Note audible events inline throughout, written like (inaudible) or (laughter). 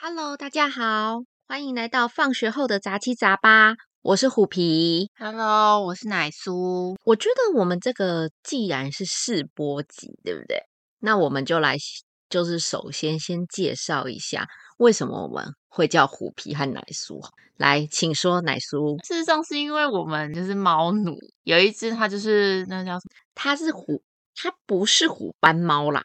Hello，大家好，欢迎来到放学后的杂七杂八，我是虎皮。 Hello，我是奶酥。我觉得我们这个既然是试播集，对不对？那我们就来，就是首先先介绍一下为什么我们会叫虎皮和奶酥。来，请说奶酥，事实上是因为我们就是猫奴，有一只它就是那叫什么？它是虎，它不是虎斑猫啦，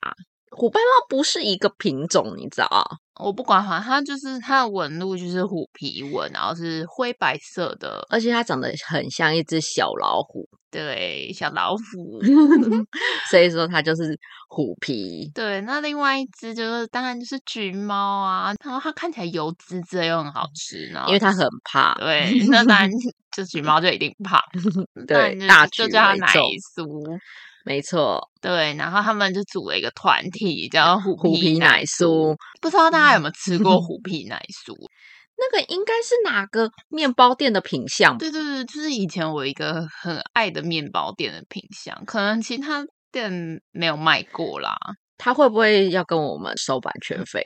虎斑猫不是一个品种，你知道？啊我不管它，它就是它的纹路就是虎皮纹，然后是灰白色的，而且它长得很像一只小老虎，对，小老虎。嗯 (laughs) 所以说它就是虎皮。对，那另外一只就是当然就是橘猫啊，然后它看起来油滋滋又很好吃，然后因为它很怕，对，那 (laughs) 当然就橘猫就一定胖，当然对就大就局叫它为奶重酥。没错，对，然后他们就组了一个团体，叫虎虎皮奶酥，不知道大家有没有吃过虎皮奶酥？那个应该是哪个面包店的品相？对对对，就是以前我一个很爱的面包店的品相，可能其他店没有卖过啦。他会不会要跟我们收版权费？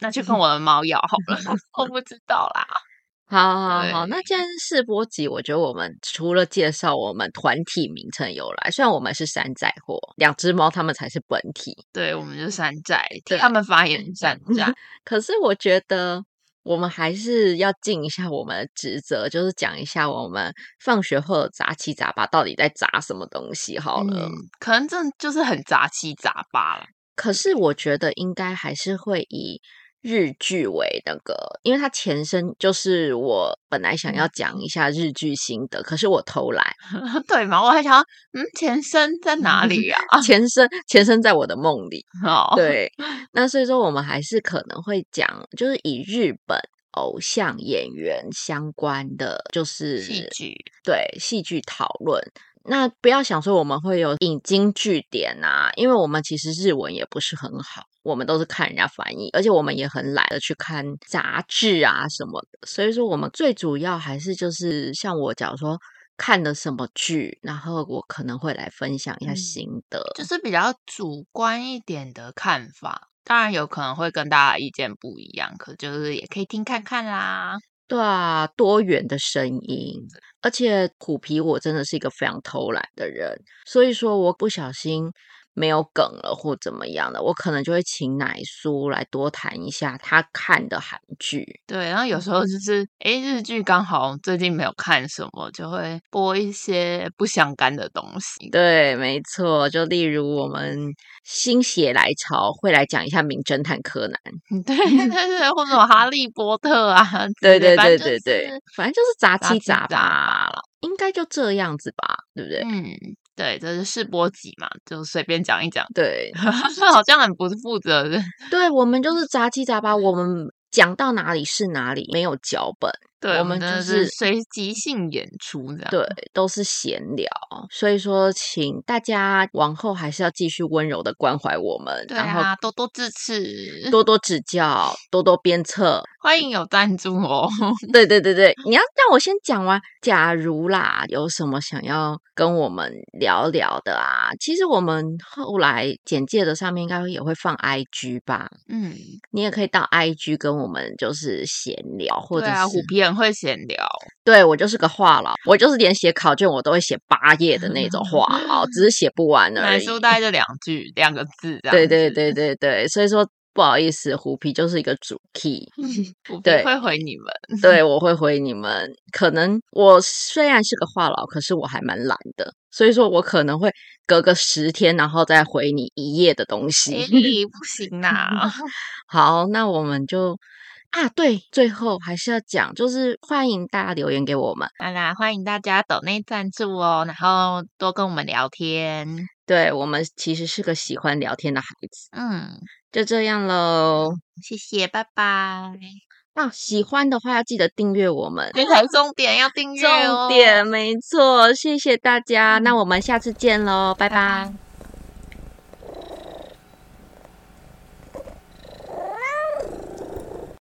那就跟我的猫要好了， (laughs) 我不知道啦。好好好，那对既然是试播集，我觉得我们除了介绍我们团体名称由来，虽然我们是山寨货，两只猫它们才是本体，对，我们就山寨，替对他们发言山寨。可是我觉得我们还是要尽一下我们的职责，就是讲一下我们放学后的杂七杂八到底在杂什么东西好了。嗯，可能这就是很杂七杂八啦。 (laughs) 可是我觉得应该还是会以日剧为那个，因为它前身就是我本来想嗯要讲一下日剧心得，可是我偷懒，对嘛？我还想要，嗯，前身在哪里 (laughs) 呀、前身前身在我的梦里。啊哦，，对，那所以说我们还是可能会讲，就是以日本偶像演员相关的，就是戏剧。对戏剧讨论。那不要想说我们会有引经据典啊，因为我们其实日文也不是很好，我们都是看人家翻译，而且我们也很懒得去看杂志啊什么的。所以说，我们最主要还是就是像我假如说看了什么剧，然后我可能会来分享一下嗯心得。就是比较主观一点的看法，当然有可能会跟大家意见不一样，可就是也可以听看看啦。对啊，多元的声音，而且虎皮我真的是一个非常偷懒的人，所以说我不小心没有梗了或怎么样的，我可能就会请奶叔来多谈一下他看的韩剧。对，然后有时候就是，诶，日剧刚好最近没有看什么，就会播一些不相干的 (laughs) 东西。对，没错，就例如我们心血来潮会来讲一下《名侦探柯南》。(laughs) 对对对，或者什么哈利波特啊之类，对对反对正对就对是，反正就是杂杂七七杂杂八啦，应该就这样子吧，对不对？嗯，对，这是试播集嘛，就随便讲一讲， (laughs) 对，好像很不负责任。对，我们就是杂七杂八，我们讲到哪里是哪里，没有脚本，对，我我们们真就的是是随即性演出这样。对，都是闲聊。所以说，请大家往后还是要继续温柔的关怀我们，对然后啊，多多支持，多多指教，多多鞭 (laughs) 策。欢迎有赞助哦。 (laughs) 对对对对，你要让我先讲完。假如啦，有什么想要跟我们聊聊的啊？其实我们后来简介的上面应该也会放 IG 吧，嗯，你也可以到 IG 跟我们就是闲聊，或对者啊，是虎皮很会闲聊，对我就是个话痨，我就是连写考卷我都会写八页的那种话痨，只是写不 (laughs) 完而买已。书大概就两句两个字这样。对对，对对对，所以说不好意思，虎皮就是一个主 (laughs) key，虎皮对会回你们。对我会回你们。可能我虽然是个话痨，可是我还蛮懒的，所以说我可能会隔个十天，然后再回你一页的东哎、西。不行啦，好，那我们就啊，对，最后还是要讲，就是欢迎大家留言给我们。好啦，欢迎大家抖内赞助哦，然后多跟我们聊天。对我们其实是个喜欢聊天的孩子，嗯，就这样喽。谢谢，拜拜。那喜欢的话要记得订阅我们，这才是重点，要订阅哦。嗯重点没错，谢谢大家，那我们下次见喽，拜拜拜